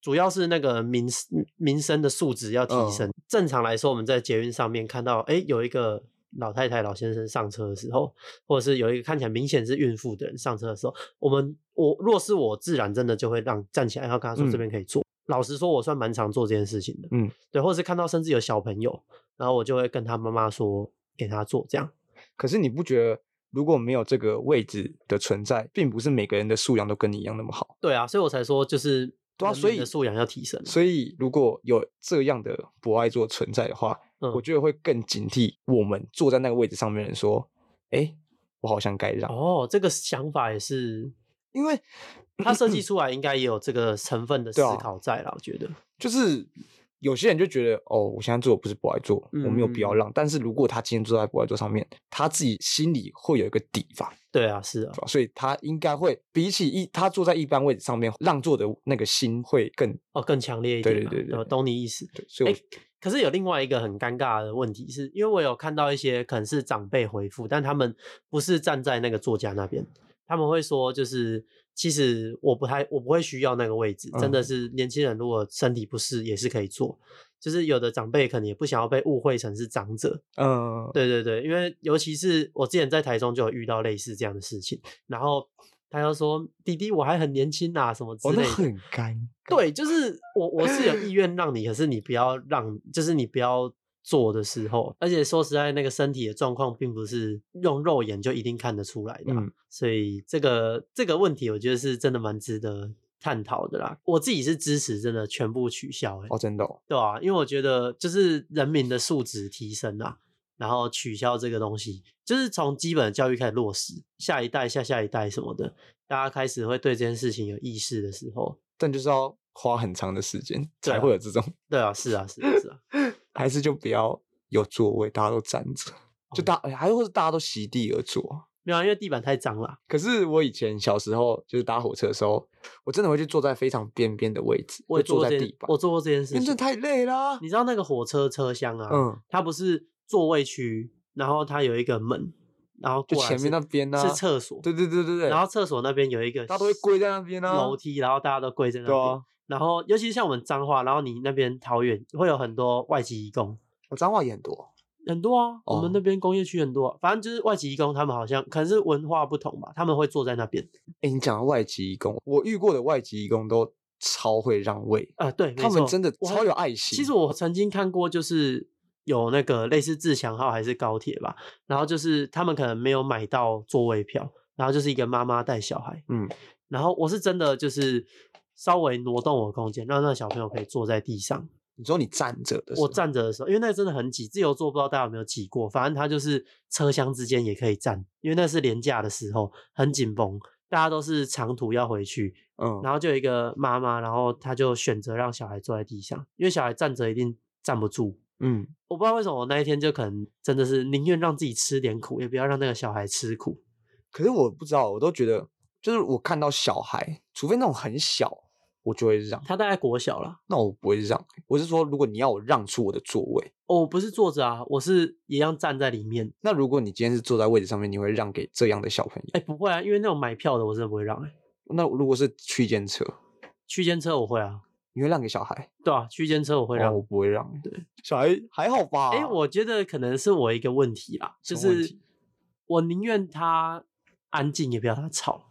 Speaker 1: 主要是那个民民生的素质要提
Speaker 2: 嗯
Speaker 1: 升。正常来说，我们在捷运上面看到，哎、有一个老太太、老先生上车的时候，或者是有一个看起来明显是孕妇的人上车的时候，我们我若是我自然真的就会让站起来，然后跟他说
Speaker 2: 嗯
Speaker 1: 这边可以坐。老实说，我算蛮常做这件事情的，
Speaker 2: 嗯，
Speaker 1: 对，或者是看到甚至有小朋友，然后我就会跟他妈妈说给他做这样。
Speaker 2: 可是你不觉得如果没有这个位置的存在，并不是每个人的素养都跟你一样那么好？
Speaker 1: 对啊，所以我才说就是
Speaker 2: 对啊
Speaker 1: 人民
Speaker 2: 所以
Speaker 1: 的素养要提升啊。
Speaker 2: 所以，如果有这样的不爱做存在的话，
Speaker 1: 嗯
Speaker 2: 我觉得会更警惕我们坐在那个位置上面的人说：“哎、我好像该让。
Speaker 1: 哦，这个想法也
Speaker 2: <clears throat>
Speaker 1: 是，
Speaker 2: 因为
Speaker 1: 他设计出来应该也有这个成分的思
Speaker 2: 对啊
Speaker 1: 考在啦，我觉得。
Speaker 2: 就是有些人就觉得：“哦，我现在做的不是不爱做，我没有
Speaker 1: 嗯
Speaker 2: 必要让。”但是如果他今天坐在不爱做上面，他自己心里会有一个底吧，
Speaker 1: 对啊，是啊
Speaker 2: 对，吧所以他应该会比起一他坐在一般位置上面让座的那个心会更
Speaker 1: 哦，更强烈一
Speaker 2: 对
Speaker 1: 点啊，
Speaker 2: 对对对
Speaker 1: 我懂你意思。
Speaker 2: 对。所以我、
Speaker 1: 哎可是有另外一个很尴尬的问题是，因为我有看到一些可能是长辈回复，但他们不是站在那个作家那边，他们会说就是其实我不太我不会需要那个位置，真的
Speaker 2: 嗯
Speaker 1: 是年轻人如果身体不适也是可以做。就是有的长辈可能也不想要被误会成是长者，
Speaker 2: 嗯，
Speaker 1: 对对对，因为尤其是我之前在台中就有遇到类似这样的事情，然后他就说：“弟弟，我还很年轻啊，什么之
Speaker 2: 哦，
Speaker 1: 类
Speaker 2: 那
Speaker 1: 的。
Speaker 2: 很尴尬。
Speaker 1: 对，就是我我是有意愿让你，可是你不要让，就是你不要做的时候，而且说实在，那个身体的状况并不是用肉眼就一定看得出来的啊、
Speaker 2: 嗯
Speaker 1: 所以这个这个问题，我觉得是真的蛮值得探讨的啦。我自己是支持真的全部取消、欸，
Speaker 2: 哦，真的、哦，
Speaker 1: 对啊，因为我觉得就是人民的素质提升啊，然后取消这个东西，就是从基本的教育开始落实，下一代、下下一代什么的，大家开始会对这件事情有意识的时候，
Speaker 2: 但就是要花很长的时间
Speaker 1: 对
Speaker 2: 才
Speaker 1: 啊
Speaker 2: 会有这种。
Speaker 1: 对啊，是啊，是啊，
Speaker 2: <laughs>
Speaker 1: 是啊，
Speaker 2: 还是就不要有座位，大家都站着，
Speaker 1: 哦
Speaker 2: 就大哎还或是大家都席地而坐。
Speaker 1: 没有、啊，因为地板太脏了，
Speaker 2: 可是我以前小时候就是搭火车的时候，我真的会去坐在非常边边的位置，
Speaker 1: 我
Speaker 2: 会
Speaker 1: 也做
Speaker 2: 坐
Speaker 1: 过
Speaker 2: 在
Speaker 1: 这
Speaker 2: 地
Speaker 1: 件，
Speaker 2: 板，
Speaker 1: 我做过这件事
Speaker 2: 因为
Speaker 1: 情，
Speaker 2: 这太累啦。
Speaker 1: 你知道那个火车车厢啊，
Speaker 2: 嗯
Speaker 1: 它不是座位区，然后它有一个门，然后
Speaker 2: 就
Speaker 1: 过来
Speaker 2: 前面
Speaker 1: 是
Speaker 2: 那边呢
Speaker 1: 是厕所，
Speaker 2: 对对对对对，
Speaker 1: 然后厕所那边有一个，
Speaker 2: 大家都会跪在那边啊
Speaker 1: 楼梯，然后大家都跪在那
Speaker 2: 对
Speaker 1: 边。
Speaker 2: 啊，
Speaker 1: 然后尤其是像我们彰化，然后你那边桃园会有很多外籍移工，
Speaker 2: 我脏话也很多，
Speaker 1: 很多啊，我
Speaker 2: 哦
Speaker 1: 们那边工业区很多啊、反正就是外籍移工，他们好像可能是文化不同吧，他们会坐在那边
Speaker 2: 哎，你讲到外籍义工，我遇过的外籍义工都超会让位，
Speaker 1: 啊、对，没
Speaker 2: 他们
Speaker 1: 错
Speaker 2: 真的
Speaker 1: 我
Speaker 2: 超有爱心。
Speaker 1: 其实我曾经看过，就是有那个类似自强号还是高铁吧，然后就是他们可能没有买到座位票，然后就是一个妈妈带小孩，
Speaker 2: 嗯，
Speaker 1: 然后我是真的就是稍微挪动我的空间，让那小朋友可以坐在地上。
Speaker 2: 你说你站着的时候，
Speaker 1: 我站着的时候，因为那真的很挤，自由坐不知道大家有没有挤过，反正它就是车厢之间也可以站，因为那是廉价的时候，很紧绷。大家都是长途要回去，
Speaker 2: 嗯，
Speaker 1: 然后就有一个妈妈，然后她就选择让小孩坐在地上，因为小孩站着一定站不住，
Speaker 2: 嗯，
Speaker 1: 我不知道为什么我那一天就可能真的是宁愿让自己吃点苦，也不要让那个小孩吃苦。
Speaker 2: 可是我不知道，我都觉得就是我看到小孩，除非那种很小，我就会让，
Speaker 1: 他大概国小了，
Speaker 2: 那我不会让。欸我是说，如果你要我让出我的座位，
Speaker 1: 哦，我不是坐着啊，我是一样站在里面。
Speaker 2: 那如果你今天是坐在位置上面，你会让给这样的小朋友？
Speaker 1: 哎，不会啊，因为那种买票的我真的不会让、欸。
Speaker 2: 那如果是区间车，
Speaker 1: 区间车我会啊，
Speaker 2: 你会让给小孩？
Speaker 1: 对啊，区间车我会
Speaker 2: 哇
Speaker 1: 让。
Speaker 2: 我不会让。
Speaker 1: 对，
Speaker 2: 小孩还好吧？
Speaker 1: 哎、我觉得可能是我一个问题啦，就
Speaker 2: 什么问
Speaker 1: 是
Speaker 2: 题
Speaker 1: 我宁愿他安静，也不要他吵。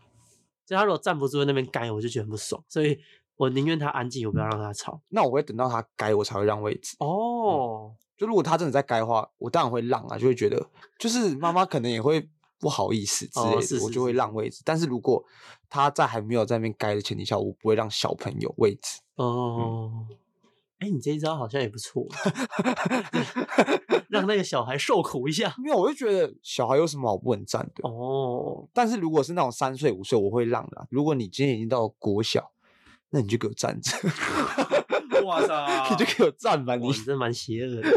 Speaker 1: 就他如果站不住在那边干，我就觉得很不爽，所以我宁愿他安静，我不要让他吵。
Speaker 2: 那我会等到他该我才会让位置。
Speaker 1: 哦，
Speaker 2: 就如果他真的在该的话，我当然会让啊，就会觉得就是妈妈可能也会不好意思之
Speaker 1: 哦
Speaker 2: 类的，
Speaker 1: 是
Speaker 2: 我
Speaker 1: 是
Speaker 2: 就会
Speaker 1: 是
Speaker 2: 让位置。但是如果他在还没有在那边该的前提下，我不会让小朋友位置。
Speaker 1: 哦，哎、你这一招好像也不 <laughs> 错，让那个小孩受苦一下。
Speaker 2: 没有，我就觉得小孩有什么好不能站的。
Speaker 1: 哦，
Speaker 2: 但是如果是那种三岁五岁，我会让啦。如果你今天已经到国小，那你就给我站着，
Speaker 1: 哇塞
Speaker 2: <laughs> 你
Speaker 1: <laughs>
Speaker 2: 就给我站吧，你
Speaker 1: 哇你真蛮邪恶的。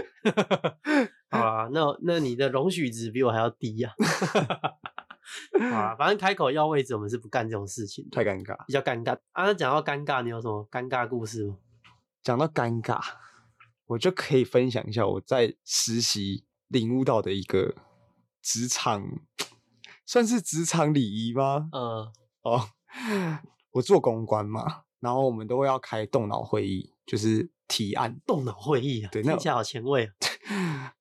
Speaker 1: 好啦，那那你的容许值比我还要低
Speaker 2: <laughs>
Speaker 1: 呀、啊。好啦，反正开口要位置，我们是不干这种事情的，
Speaker 2: 太尴尬。
Speaker 1: 比较尴尬。啊，那讲到尴尬，你有什么尴尬故事吗？
Speaker 2: 讲到尴尬，我就可以分享一下我在实习领悟到的一个职场，算是职场礼仪吗？
Speaker 1: 呃，
Speaker 2: 哦，我做公关嘛，然后我们都会要开动脑会议，就是提案，
Speaker 1: 动脑会议啊，
Speaker 2: 对那
Speaker 1: 听起来好前卫、啊。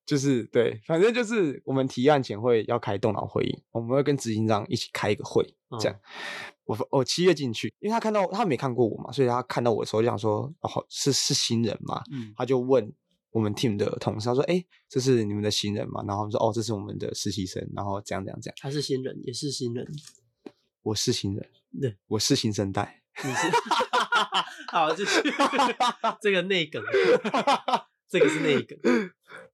Speaker 2: 就是对，反正就是我们提案前会要开动脑会议，我们会跟执行长一起开一个会，
Speaker 1: 啊嗯
Speaker 2: 这样。我我七月进去，因为他看到他没看过我嘛，所以他看到我的时候就想说，哦，是是新人嘛，
Speaker 1: 嗯，
Speaker 2: 他就问我们 team 的同事，他说：“哎、这是你们的新人嘛？”然后我们说：“哦，这是我们的实习生。”然后怎样怎样怎样，
Speaker 1: 他是新人，也是新人。
Speaker 2: <laughs> 我是新人，
Speaker 1: 对，
Speaker 2: 我是新生代。
Speaker 1: 你是 <laughs> 好，就是
Speaker 2: <laughs>
Speaker 1: 这个内梗，这个是内梗。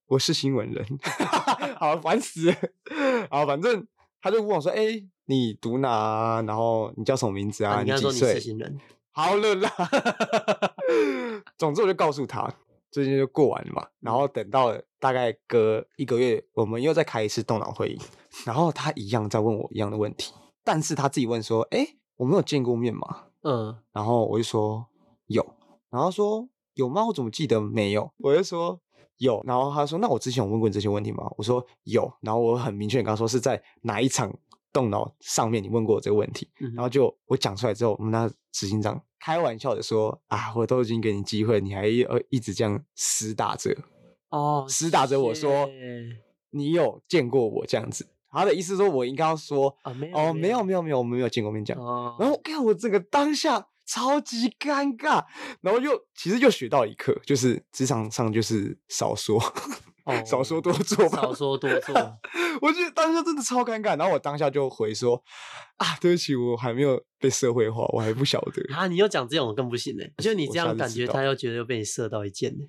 Speaker 2: 我是新闻人， <laughs> 好烦死了。好，反正他就问我说：“哎、你读哪、啊？然后你叫什么名字啊？
Speaker 1: 啊、你刚才
Speaker 2: 几
Speaker 1: 说你是
Speaker 2: 岁
Speaker 1: 新人，？”
Speaker 2: 好了啦， <laughs> 总之我就告诉他，最近就过完了嘛。然后等到了大概隔一个月，我们又再开一次动脑会议，然后他一样在问我一样的问题，但是他自己问说：“哎，我们有见过面吗？”
Speaker 1: 嗯，
Speaker 2: 然后我就说有，然后他说有吗？我怎么记得没有？我就说有，然后他说那我之前有问过你这些问题吗？我说有，然后我很明确，你刚刚说是在哪一场动脑上面你问过我这个问题，
Speaker 1: 嗯
Speaker 2: 然后就我讲出来之后，我们那执行长开玩笑的说啊，我都已经给你机会，你还一呃一直这样死打着，
Speaker 1: 哦，
Speaker 2: 死打着我说
Speaker 1: 谢
Speaker 2: 你有见过我这样子。他的意思说，我应该要说，
Speaker 1: 啊，没有，
Speaker 2: 哦，没有没
Speaker 1: 有，
Speaker 2: 有没有，我们没有见过面这样。
Speaker 1: 哦，
Speaker 2: 然后看我整个当下超级尴尬，然后又其实又学到一课，就是职场上就是少说， <laughs> 少说
Speaker 1: 哦
Speaker 2: 多做吧
Speaker 1: 少。说多做，
Speaker 2: 我觉得当下真的超尴尬，然后我当下就回说啊，对不起，我还没有被社会化，我还不晓得。
Speaker 1: 啊，你又讲这种我更不行呢、就你
Speaker 2: 我
Speaker 1: 这
Speaker 2: 下
Speaker 1: 样
Speaker 2: 次
Speaker 1: 感
Speaker 2: 知
Speaker 1: 觉，
Speaker 2: 道
Speaker 1: 他又觉得又被你射到一箭呢、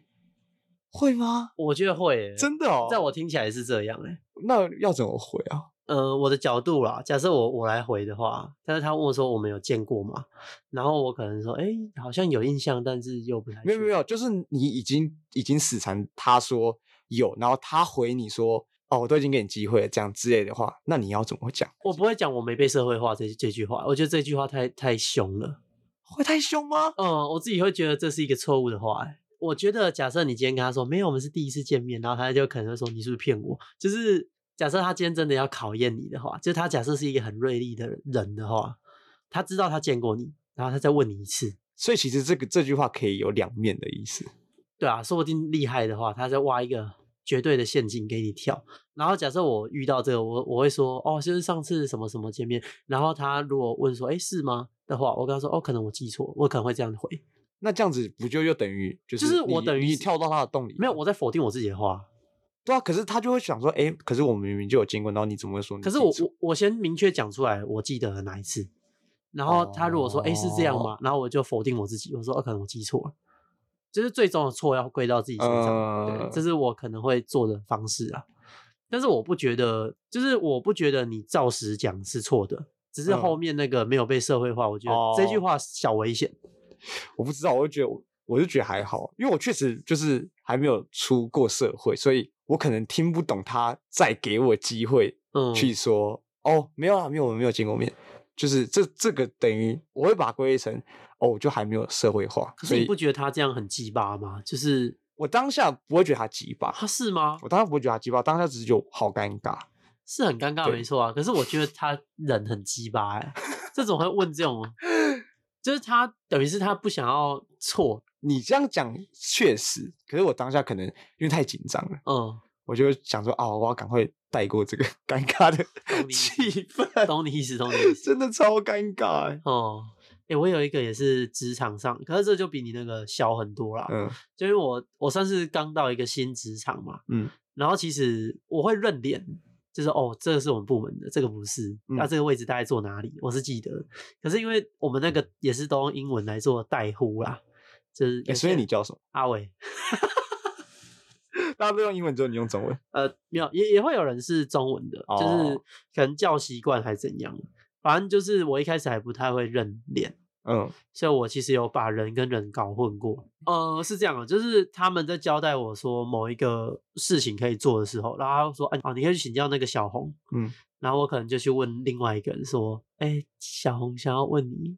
Speaker 2: 会吗？
Speaker 1: 我觉得会、欸，
Speaker 2: 真的哦，
Speaker 1: 在我听起来是这样哎、
Speaker 2: 那要怎么回啊？
Speaker 1: 呃，我的角度啦，假设我我来回的话，但是他问我说我们有见过吗？然后我可能说，哎、好像有印象，但是又不太
Speaker 2: 没有没
Speaker 1: 有，
Speaker 2: 有，就是你已经已经死缠他说有，然后他回你说哦，我都已经给你机会了，这样之类的话，那你要怎么讲？
Speaker 1: 我不会讲我没被社会化这这句话，我觉得这句话太太凶了。
Speaker 2: 会太凶吗？
Speaker 1: 嗯，我自己会觉得这是一个错误的话、欸。我觉得，假设你今天跟他说没有，我们是第一次见面，然后他就可能会说你是不是骗我？就是假设他今天真的要考验你的话，就是他假设是一个很锐利的人的话，他知道他见过你，然后他再问你一次，
Speaker 2: 所以其实这个这句话可以有两面的意思。
Speaker 1: 对啊，说不定厉害的话，他再挖一个绝对的陷阱给你跳。然后假设我遇到这个，我我会说哦，就是上次什么什么见面，然后他如果问说哎是吗的话，我跟他说哦，可能我记错，我可能会这样回，
Speaker 2: 那这样子不就又等于就是
Speaker 1: 就是我
Speaker 2: 你
Speaker 1: 等于
Speaker 2: 你
Speaker 1: 是
Speaker 2: 跳到他的洞里？
Speaker 1: 没有，我在否定我自己的话。
Speaker 2: 对啊，可是他就会想说，哎、可是我明明就有见过，然后你怎么会说你
Speaker 1: 可
Speaker 2: 记
Speaker 1: 是
Speaker 2: 错？
Speaker 1: 我我我先明确讲出来，我记得了哪一次。然后他如果说哎、是这
Speaker 2: 哦
Speaker 1: 样吗？然后我就否定我自己，我说哦，可能我记错了。就是最终的错要归到自己身上，对，这
Speaker 2: 呃
Speaker 1: 是我可能会做的方式啊。但是我不觉得，就是我不觉得你照实讲是错的，只是
Speaker 2: 嗯
Speaker 1: 后面那个没有被社会化，我觉得这句
Speaker 2: 哦
Speaker 1: 话小危险。
Speaker 2: 我不知道，我就觉得我我就觉得还好，因为我确实就是还没有出过社会，所以我可能听不懂他再给我机会
Speaker 1: 嗯，
Speaker 2: 去说、哦，没有啊，没有，我们没有见过面。就是这这个等于我会把它归类成哦，我就还没有社会化，
Speaker 1: 可
Speaker 2: 所
Speaker 1: 是你
Speaker 2: 以
Speaker 1: 不觉得他这样很鸡巴吗？就是
Speaker 2: 我当下不会觉得他鸡巴，
Speaker 1: 他是吗？
Speaker 2: 我当下不会觉得他鸡巴，当下只是觉得好尴尬。
Speaker 1: 是很尴尬，
Speaker 2: 对
Speaker 1: 没错啊。可是我觉得他人很鸡巴哎，这种会问这
Speaker 2: <laughs>
Speaker 1: 种，就是他等于是他不想要错，
Speaker 2: 你这样讲确实，可是我当下可能因为太紧张了，
Speaker 1: 嗯，
Speaker 2: 我就想说啊，我要赶快带过这个 <laughs> 尴尬的
Speaker 1: 懂你意思
Speaker 2: 气氛，
Speaker 1: 懂你意思，懂你意
Speaker 2: <laughs>
Speaker 1: 思。
Speaker 2: 真的超尴尬、欸。
Speaker 1: 哦，哎、我有一个也是职场上，可是这就比你那个小很多啦。
Speaker 2: 嗯
Speaker 1: 就是我我算是刚到一个新职场嘛，
Speaker 2: 嗯，
Speaker 1: 然后其实我会认脸，就是哦，这个是我们部门的，这个不是，那、
Speaker 2: 嗯
Speaker 1: 这个位置大概坐哪里，我是记得。可是因为我们那个也是都用英文来做代呼啦，就是
Speaker 2: 哎、
Speaker 1: 有
Speaker 2: 所以
Speaker 1: 些
Speaker 2: 你叫什么？
Speaker 1: 阿伟，
Speaker 2: <laughs> 大家都用英文，只有你用中 <laughs> 文。
Speaker 1: 呃，没有，也也会有人是中文的，就是
Speaker 2: 哦
Speaker 1: 可能叫习惯还是怎样，反正就是我一开始还不太会认脸。
Speaker 2: 嗯，
Speaker 1: 所以我其实有把人跟人搞混过。呃，是这样的，就是他们在交代我说某一个事情可以做的时候，然后他就说：“哎、啊，你可以去请教那个小红。”
Speaker 2: 嗯，
Speaker 1: 然后我可能就去问另外一个人说：“哎、小红想要问你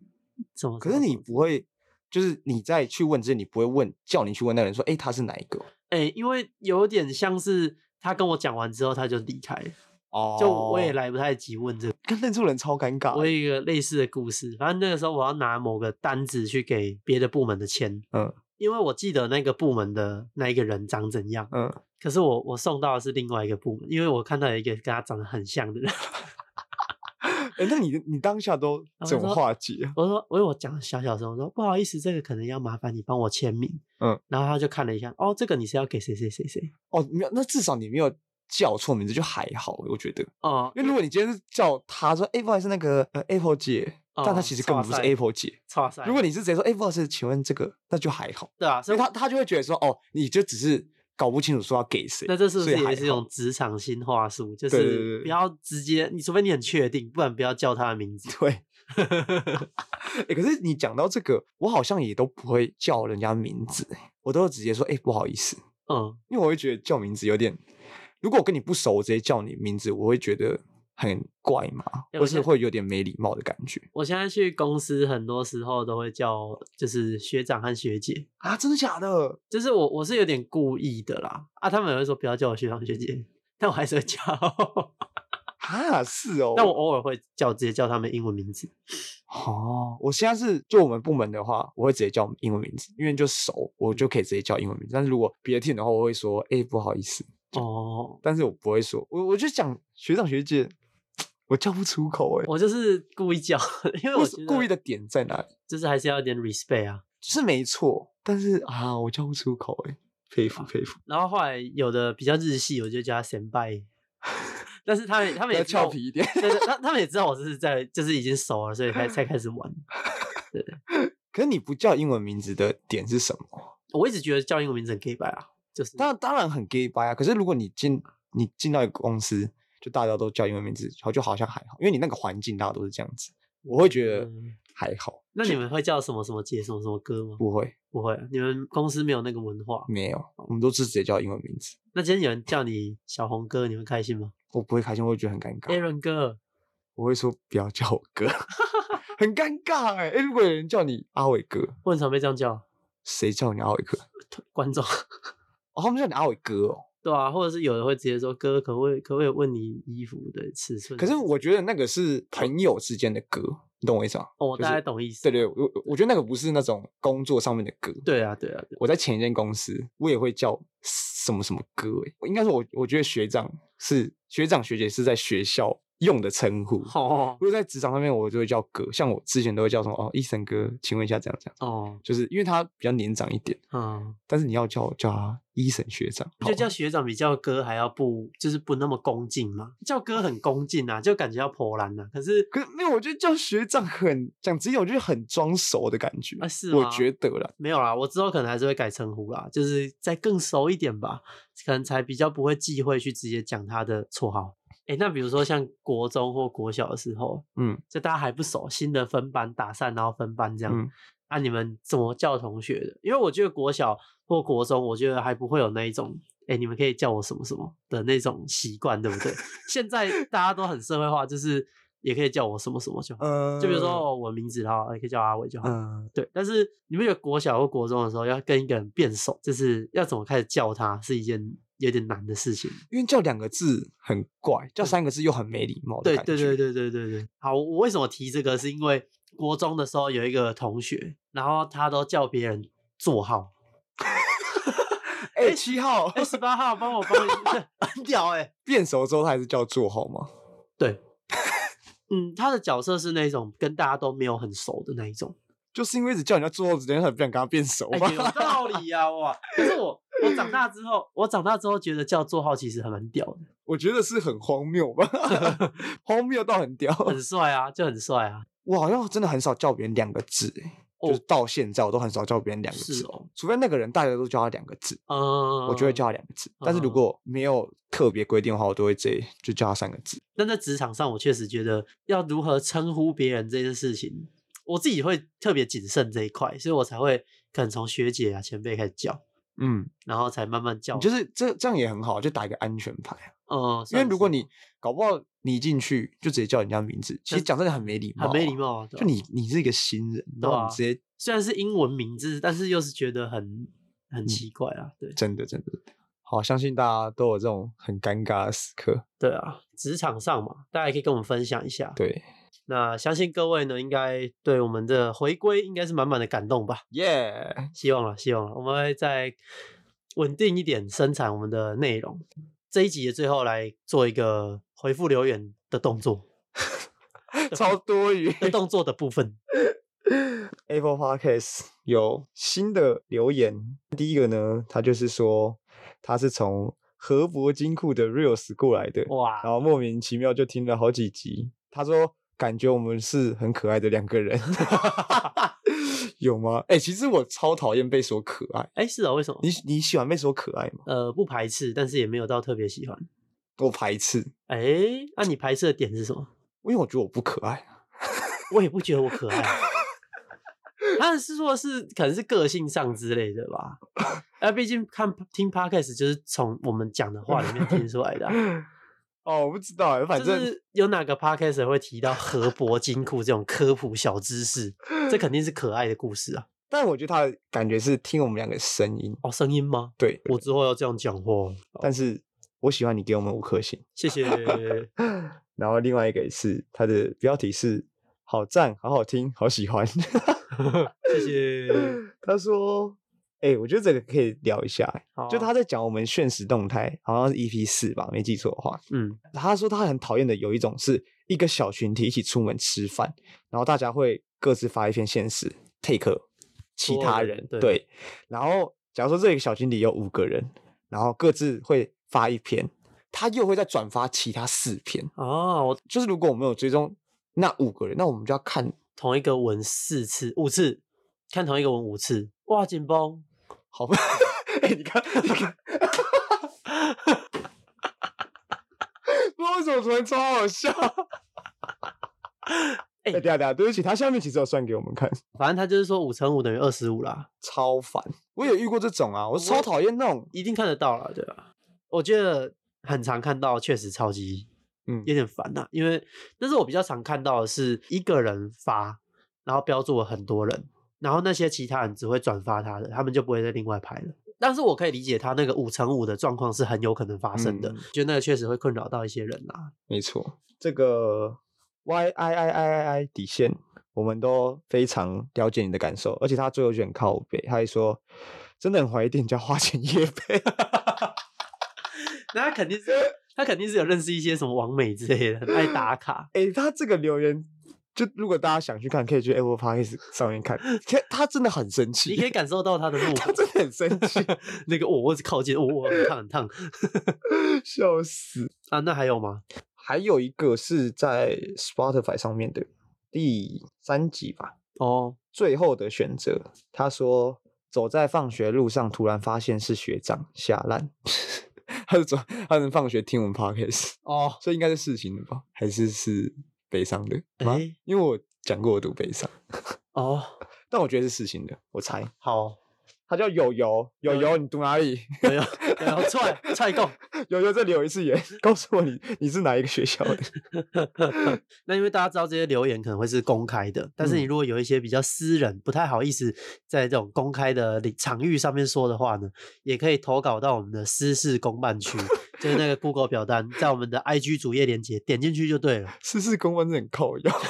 Speaker 1: 怎么？”
Speaker 2: 可是你不会，就是你在去问之前，你不会问叫你去问那个人说，哎、他是哪一个？
Speaker 1: 哎、因为有点像是他跟我讲完之后他就离开了，
Speaker 2: 哦
Speaker 1: 就我也，来不太及问这个。
Speaker 2: 跟认错人超尴尬
Speaker 1: 我
Speaker 2: 欸。
Speaker 1: 有一个类似的故事，反正那个时候我要拿某个单子去给别的部门的签，
Speaker 2: 嗯
Speaker 1: 因为我记得那个部门的那一个人长怎样。
Speaker 2: 嗯，
Speaker 1: 可是我我送到的是另外一个部门，因为我看到有一个跟他长得很像的人， <laughs>
Speaker 2: 哎、那你你当下都
Speaker 1: 我
Speaker 2: 怎
Speaker 1: 说
Speaker 2: 么化解啊？
Speaker 1: 我说，我我讲小小声，我说不好意思，这个可能要麻烦你帮我签名。
Speaker 2: 嗯，
Speaker 1: 然后他就看了一下，哦，这个你是要给谁谁谁谁
Speaker 2: 哦，没有，那至少你没有叫错名字就还好，我觉得。
Speaker 1: 哦，
Speaker 2: 因为如果你今天是叫他说，哎、不好意思，那个呃 Apple 姐，但
Speaker 1: 哦
Speaker 2: 她其实根
Speaker 1: 哇
Speaker 2: 本不是
Speaker 1: 塞
Speaker 2: Apple 姐。
Speaker 1: 超塞。
Speaker 2: 如果你是直接说，哎、不好意思，请问这个，那就还好，
Speaker 1: 对啊，所
Speaker 2: 所以
Speaker 1: 以
Speaker 2: 他他就会觉得说，哦，你就只是搞不清楚说要给谁。
Speaker 1: 那这是不
Speaker 2: 所
Speaker 1: 是
Speaker 2: 以还
Speaker 1: 也是一
Speaker 2: 好
Speaker 1: 种职场新话术？就
Speaker 2: 对对对
Speaker 1: 是
Speaker 2: 对
Speaker 1: 不要直接，你除非你很确定，不然不要叫他的名字。 <laughs>
Speaker 2: 对。欸可是你讲到这个，我好像也都不会叫人家名字欸，我都直接说，哎、不好意思，
Speaker 1: 嗯，
Speaker 2: 因为我会觉得叫名字有点，如果我跟你不熟，我直接叫你名字，我会觉得很怪嘛，
Speaker 1: 欸
Speaker 2: 或
Speaker 1: 我
Speaker 2: 是
Speaker 1: 现
Speaker 2: 会有点没礼貌的感觉
Speaker 1: 我现在去公司很多时候都会叫，就是学长和学姐，
Speaker 2: 啊，真的假的？
Speaker 1: 就是我我是有点故意的啦啊，他们也会说不要叫我学长学姐，但我还是会叫， <laughs>
Speaker 2: 啊，是哦，
Speaker 1: 但我偶尔会叫直接叫他们英文名字。
Speaker 2: 哦，我现在是就我们部门的话，我会直接叫英文名字，因为就熟，我
Speaker 1: 嗯
Speaker 2: 就可以直接叫英文名字。但是如果别的 team 的话，我会说，哎、不好意思，
Speaker 1: 哦，
Speaker 2: 但是我不会说，我我就讲学长学姐，我叫不出口、欸，
Speaker 1: 我就是故意叫，因为
Speaker 2: 哎，
Speaker 1: 我
Speaker 2: 为
Speaker 1: 觉
Speaker 2: 什
Speaker 1: 得
Speaker 2: 故意的，点在哪里？
Speaker 1: 就是还是要有点 respect 啊。
Speaker 2: 是没错，但是啊，我叫不出口、欸，哎，佩
Speaker 1: 啊
Speaker 2: 服佩服，
Speaker 1: 然后后来有的比较日系，我就叫他 senpai，但是他们他们
Speaker 2: 要
Speaker 1: 也知道
Speaker 2: 俏皮一点。 <laughs>
Speaker 1: 对，对，他他们也知道我是在就是已经熟了，所以才才开始玩。
Speaker 2: 可是你不叫英文名字的点是什么？
Speaker 1: 我一直觉得叫英文名字很 gay 白啊，就是
Speaker 2: 当然当然很 gay 白啊，可是如果你进你进到一个公司，就大家都叫英文名字，然后就好像还好，因为你那个环境大家都是这样子。我会觉得
Speaker 1: 嗯
Speaker 2: 还好，
Speaker 1: 那你们会叫什么什么姐什么什么哥吗？
Speaker 2: 不会，
Speaker 1: 不会啊，你们公司没有那个文化。
Speaker 2: 没有，我们都是直接叫英文名字。
Speaker 1: 那今天有人叫你小红哥，你会开心吗
Speaker 2: 我不会开心，我会觉得很尴尬。
Speaker 1: ？Aaron 哥，
Speaker 2: 我会说不要叫我哥， <laughs> 很尴尬哎、欸如果有人叫你阿伟哥，
Speaker 1: 我很常被这样叫 <laughs>
Speaker 2: 谁叫你阿伟哥？
Speaker 1: 观众。
Speaker 2: 哦，他们叫你阿伟哥哦。
Speaker 1: 对啊，或者是有人会直接说哥，可不可以可不可以问你衣服的尺寸？
Speaker 2: 可是我觉得那个是朋友之间的歌，你懂我意思吗？
Speaker 1: 哦，我
Speaker 2: 就
Speaker 1: 大概
Speaker 2: 是
Speaker 1: 懂意思。
Speaker 2: 对对，我我觉得那个不是那种工作上面的歌。
Speaker 1: 对啊，对啊，对啊
Speaker 2: 我在前一间公司，我也会叫什么什么歌、欸，我应该说我我觉得学长是学长学姐是在学校用的称呼。
Speaker 1: 哦
Speaker 2: 如果在职场上面，我就会叫哥，像我之前都会叫什么哦，医生哥，请问一下，这样这样，
Speaker 1: 哦，
Speaker 2: 就是因为他比较年长一点，
Speaker 1: 嗯，
Speaker 2: 但是你要叫我叫他医生学长，
Speaker 1: 就叫学长比叫哥还要不就是不那么恭敬嘛，叫哥很恭敬啊，就感觉要破烂呐。可是
Speaker 2: 可是没有，我觉得叫学长很讲直接，我就是很装熟的感觉
Speaker 1: 啊是
Speaker 2: 我
Speaker 1: 吗
Speaker 2: 觉得啦，
Speaker 1: 没有啦，我之后可能还是会改称呼啦，就是再更熟一点吧，可能才比较不会忌讳去直接讲他的绰号。哎，那比如说像国中或国小的时候，
Speaker 2: 嗯，
Speaker 1: 就大家还不熟，新的分班打散，然后分班这样。
Speaker 2: 嗯
Speaker 1: 啊，你们怎么叫同学的？因为我觉得国小或国中，我觉得还不会有那一种，哎、你们可以叫我什么什么的那种习惯，对不 <laughs> 对？现在大家都很社会化，就是也可以叫我什么什么就好。
Speaker 2: 呃
Speaker 1: 就比如说，哦我名字的话，也可以叫阿伟就好。
Speaker 2: 嗯，
Speaker 1: 对，但是你们有国小或国中的时候，要跟一个人变熟，就是要怎么开始叫他，是一件有点难的事情。
Speaker 2: 因为叫两个字很怪，叫三个字又很没礼貌的
Speaker 1: 对
Speaker 2: 感觉，
Speaker 1: 对对对对对对。好，我为什么提这个？是因为国中的时候有一个同学，然后他都叫别人座号，
Speaker 2: 哎、七号、
Speaker 1: 哎，十八号帮我帮你， <laughs> 很屌哎、
Speaker 2: 变熟之后，他还是叫座号吗？
Speaker 1: 对，嗯，他的角色是那种跟大家都没有很熟的那一种。
Speaker 2: 就是因为一直叫人家座号，人家很不想跟他变熟
Speaker 1: 哎、
Speaker 2: 吧？
Speaker 1: 有道理呀、哇！可是我我长大之后，我长大之后觉得叫座号其实还蛮屌的，
Speaker 2: 我觉得是很荒
Speaker 1: <laughs>
Speaker 2: 谬吧，荒谬到很屌。
Speaker 1: 很帅啊，就很帅啊。
Speaker 2: <laughs> 我好像真的很少叫别人两个字、哎、
Speaker 1: 哦
Speaker 2: 就是到现在我都很少叫别人两个字
Speaker 1: 是，哦，
Speaker 2: 除非那个人大家都叫他两个字，
Speaker 1: 嗯，
Speaker 2: 我就会叫。他两个字。但是如
Speaker 1: 嗯
Speaker 2: 果没有特别规定的话，我都会直接就叫他三个字。
Speaker 1: 但在职场上，我确实觉得要如何称呼别人这件事情，我自己会特别谨慎这一块，所以我才会可能从学姐啊前辈开始叫，
Speaker 2: 嗯，
Speaker 1: 然后才慢慢叫。，
Speaker 2: 就是是这这样也很好，就打一个安全牌啊。
Speaker 1: 嗯，
Speaker 2: 因为如果
Speaker 1: 算是
Speaker 2: 你搞不好你一进去就直接叫人家名字，其
Speaker 1: 但
Speaker 2: 实讲真的很没礼貌、
Speaker 1: 很没礼。貌啊，对
Speaker 2: 就
Speaker 1: 吧
Speaker 2: 你你是一个新人，然
Speaker 1: 对
Speaker 2: 后
Speaker 1: 啊
Speaker 2: 你直接
Speaker 1: 虽然是英文名字，但是又是觉得很
Speaker 2: 嗯
Speaker 1: 很奇怪啊，对
Speaker 2: 真的真的好，相信大家都有这种很尴尬的时刻。
Speaker 1: 对啊，职场上嘛，大家也可以跟我们分享一下。
Speaker 2: 对，
Speaker 1: 那相信各位呢，应该对我们的回归应该是满满的感动吧。
Speaker 2: 耶、
Speaker 1: 希望了，希望了，我们会再稳定一点生产我们的内容。这一集的最后来做一个回复留言的动作，
Speaker 2: <laughs> 超多余。
Speaker 1: 的动作的部分。
Speaker 2: Apple Podcast 有新的留言，第一个呢，他就是说他是从河伯金库的 Reels 过来的，
Speaker 1: 哇
Speaker 2: 然，后莫名其妙就听了好几集。他说感觉我们是很可爱的两
Speaker 1: <laughs>
Speaker 2: 个人，有吗？哎、其实我超讨厌被说可爱。
Speaker 1: 哎，是啊、为什么
Speaker 2: 你？你喜欢被说可爱吗？
Speaker 1: 呃，不排斥，但是也没有到特别喜欢。
Speaker 2: 我排斥，
Speaker 1: 哎，那、你排斥的点是什么？
Speaker 2: 因为我觉得我不可爱。啊
Speaker 1: 我也不觉得我可爱。他是说是可能是个性上之类的吧，那毕竟看听 podcast 就是从我们讲的话里面听出来的啊、
Speaker 2: 哦，我不知道哎，反
Speaker 1: 就
Speaker 2: 正、
Speaker 1: 是有哪个 podcast 会提到河伯金库这种科普小知识，这肯定是可爱的故事啊。
Speaker 2: 但我觉得他的感觉是听我们两个声音，
Speaker 1: 哦，声音吗？
Speaker 2: 对，
Speaker 1: 我之后要这样讲哦。
Speaker 2: 但是我喜欢你给我们五颗星。
Speaker 1: 谢谢。
Speaker 2: 然后另外一个也是它的标题是“好赞，好好听，好喜欢”。 <laughs>
Speaker 1: 谢谢。
Speaker 2: 他说：“哎、我觉得这个可以聊一下欸、
Speaker 1: 好啊
Speaker 2: 就他在讲我们现实动态，好像是 EP 四吧，没记错的话。
Speaker 1: 嗯，
Speaker 2: 他说他很讨厌的有一种是一个小群体一起出门吃饭，然后大家会各自发一篇现实 take 其
Speaker 1: 所有
Speaker 2: 他
Speaker 1: 人
Speaker 2: 人
Speaker 1: 对
Speaker 2: 对，然后假如说这个小群体有五个人，然后各自会发一篇，他又会再转发其他四篇。”
Speaker 1: 哦，我
Speaker 2: 就是如果我们有追踪那五个人，那我们就要看，
Speaker 1: 同一个文四次、五次，看同一个文五次，哇，紧绷。
Speaker 2: 好吧？ <laughs> 哎、你看，你看，不知道为什么突然超好笑。
Speaker 1: 哎
Speaker 2: 哎、等一下等一下，对不起，他下面其实有算给我们看，
Speaker 1: 反正他就是说五乘五等于二十五啦，
Speaker 2: 超烦。我有遇过这种啊，我
Speaker 1: 我
Speaker 2: 超
Speaker 1: 也
Speaker 2: 讨厌那种，
Speaker 1: 一定看得到啦，对吧？我觉得很常看到，确实超级
Speaker 2: 嗯
Speaker 1: 有点烦呐、因为但是我比较常看到的是一个人发，然后标注了很多人，然后那些其他人只会转发他的，他们就不会再另外拍了。但是我可以理解他那个五乘五的状况是很有可能发生的，
Speaker 2: 嗯
Speaker 1: 觉得那个确实会困扰到一些人啦。
Speaker 2: 没错，这个 Y I I I I I 底线，我们都非常了解你的感受，而且他最后就很靠北，他还说真的很怀疑店家花钱夜配，
Speaker 1: 那他肯定
Speaker 2: <laughs>
Speaker 1: 是他肯定是有认识一些什么网美之类的，很爱打
Speaker 2: <laughs>
Speaker 1: 卡。
Speaker 2: 哎、他这个留言。就如果大家想去看，可以去 Apple Podcast 上 <laughs> 面看。他他真的很生
Speaker 1: 你
Speaker 2: 气
Speaker 1: 可，以感受到他的怒
Speaker 2: 他
Speaker 1: 火，
Speaker 2: 真的很生气，
Speaker 1: 那个我我只靠近，我我很烫很烫
Speaker 2: 笑死。
Speaker 1: 啊！那还有吗？
Speaker 2: 还有一个是在 Spotify 上面的第三集吧，
Speaker 1: 哦，
Speaker 2: 最后的选择。他说：“走在放学路上，突然发现是学长，下烂。” <laughs> 他是走，他能放学听我们 podcast，
Speaker 1: 哦，
Speaker 2: 所以应该是事情的吧？还是是悲伤的吗？
Speaker 1: 诶
Speaker 2: 因为我讲过我读悲伤，
Speaker 1: 哦，
Speaker 2: 但我觉得是事情的，我猜。
Speaker 1: 好，
Speaker 2: 他叫友友，友
Speaker 1: 友
Speaker 2: 友，你读哪里？ <laughs>
Speaker 1: 有有有踹踹够。
Speaker 2: 友友，这里有一次言， <laughs> 告诉我你你是哪一个学校的？ <laughs>
Speaker 1: 那因为大家知道这些留言可能会是公开的，但是你
Speaker 2: 嗯
Speaker 1: 如果有一些比较私人、不太好意思在这种公开的领场域上面说的话呢，也可以投稿到我们的私事公办区，就是那个 Google 表单，在我们的 IG 主页连接点进去就对了。
Speaker 2: 私事公办是很靠腰，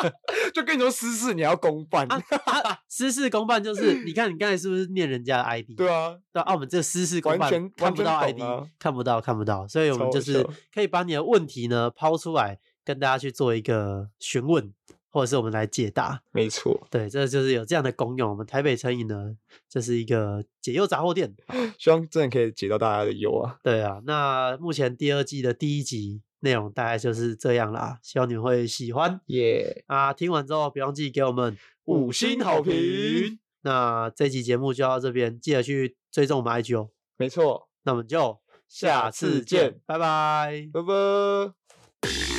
Speaker 2: <laughs> 就跟你说私事你要公办，
Speaker 1: 啊啊，私事公办就是，你看你刚才是不是念人家的 ID？
Speaker 2: 对啊，
Speaker 1: 对啊，我们这私事公
Speaker 2: 完
Speaker 1: 办
Speaker 2: 全
Speaker 1: 看
Speaker 2: 完
Speaker 1: 不
Speaker 2: 全
Speaker 1: 到
Speaker 2: 懂
Speaker 1: ID，、
Speaker 2: 啊
Speaker 1: 看不到看不到，所以我们
Speaker 2: 超
Speaker 1: 就
Speaker 2: 好
Speaker 1: 是
Speaker 2: 笑
Speaker 1: 可以把你的问题呢抛出来，跟大家去做一个询问，或者是我们来解答。
Speaker 2: 没错。
Speaker 1: 对，这就是有这样的功用。我们台北餐饮呢，这是一个解忧杂货
Speaker 2: <laughs>
Speaker 1: 店。
Speaker 2: 希望真的可以解到大家的忧啊。
Speaker 1: 对啊，那目前第二季的第一集内容大概就是这样啦，希望你们会喜欢
Speaker 2: 耶、
Speaker 1: 啊。听完之后别忘记给我们
Speaker 2: 五星好评。
Speaker 1: 那这期节目就到这边，记得去追踪我们 IG 哦。
Speaker 2: 没错，
Speaker 1: 那我们就
Speaker 2: 下次见，
Speaker 1: 拜拜。
Speaker 2: 拜拜。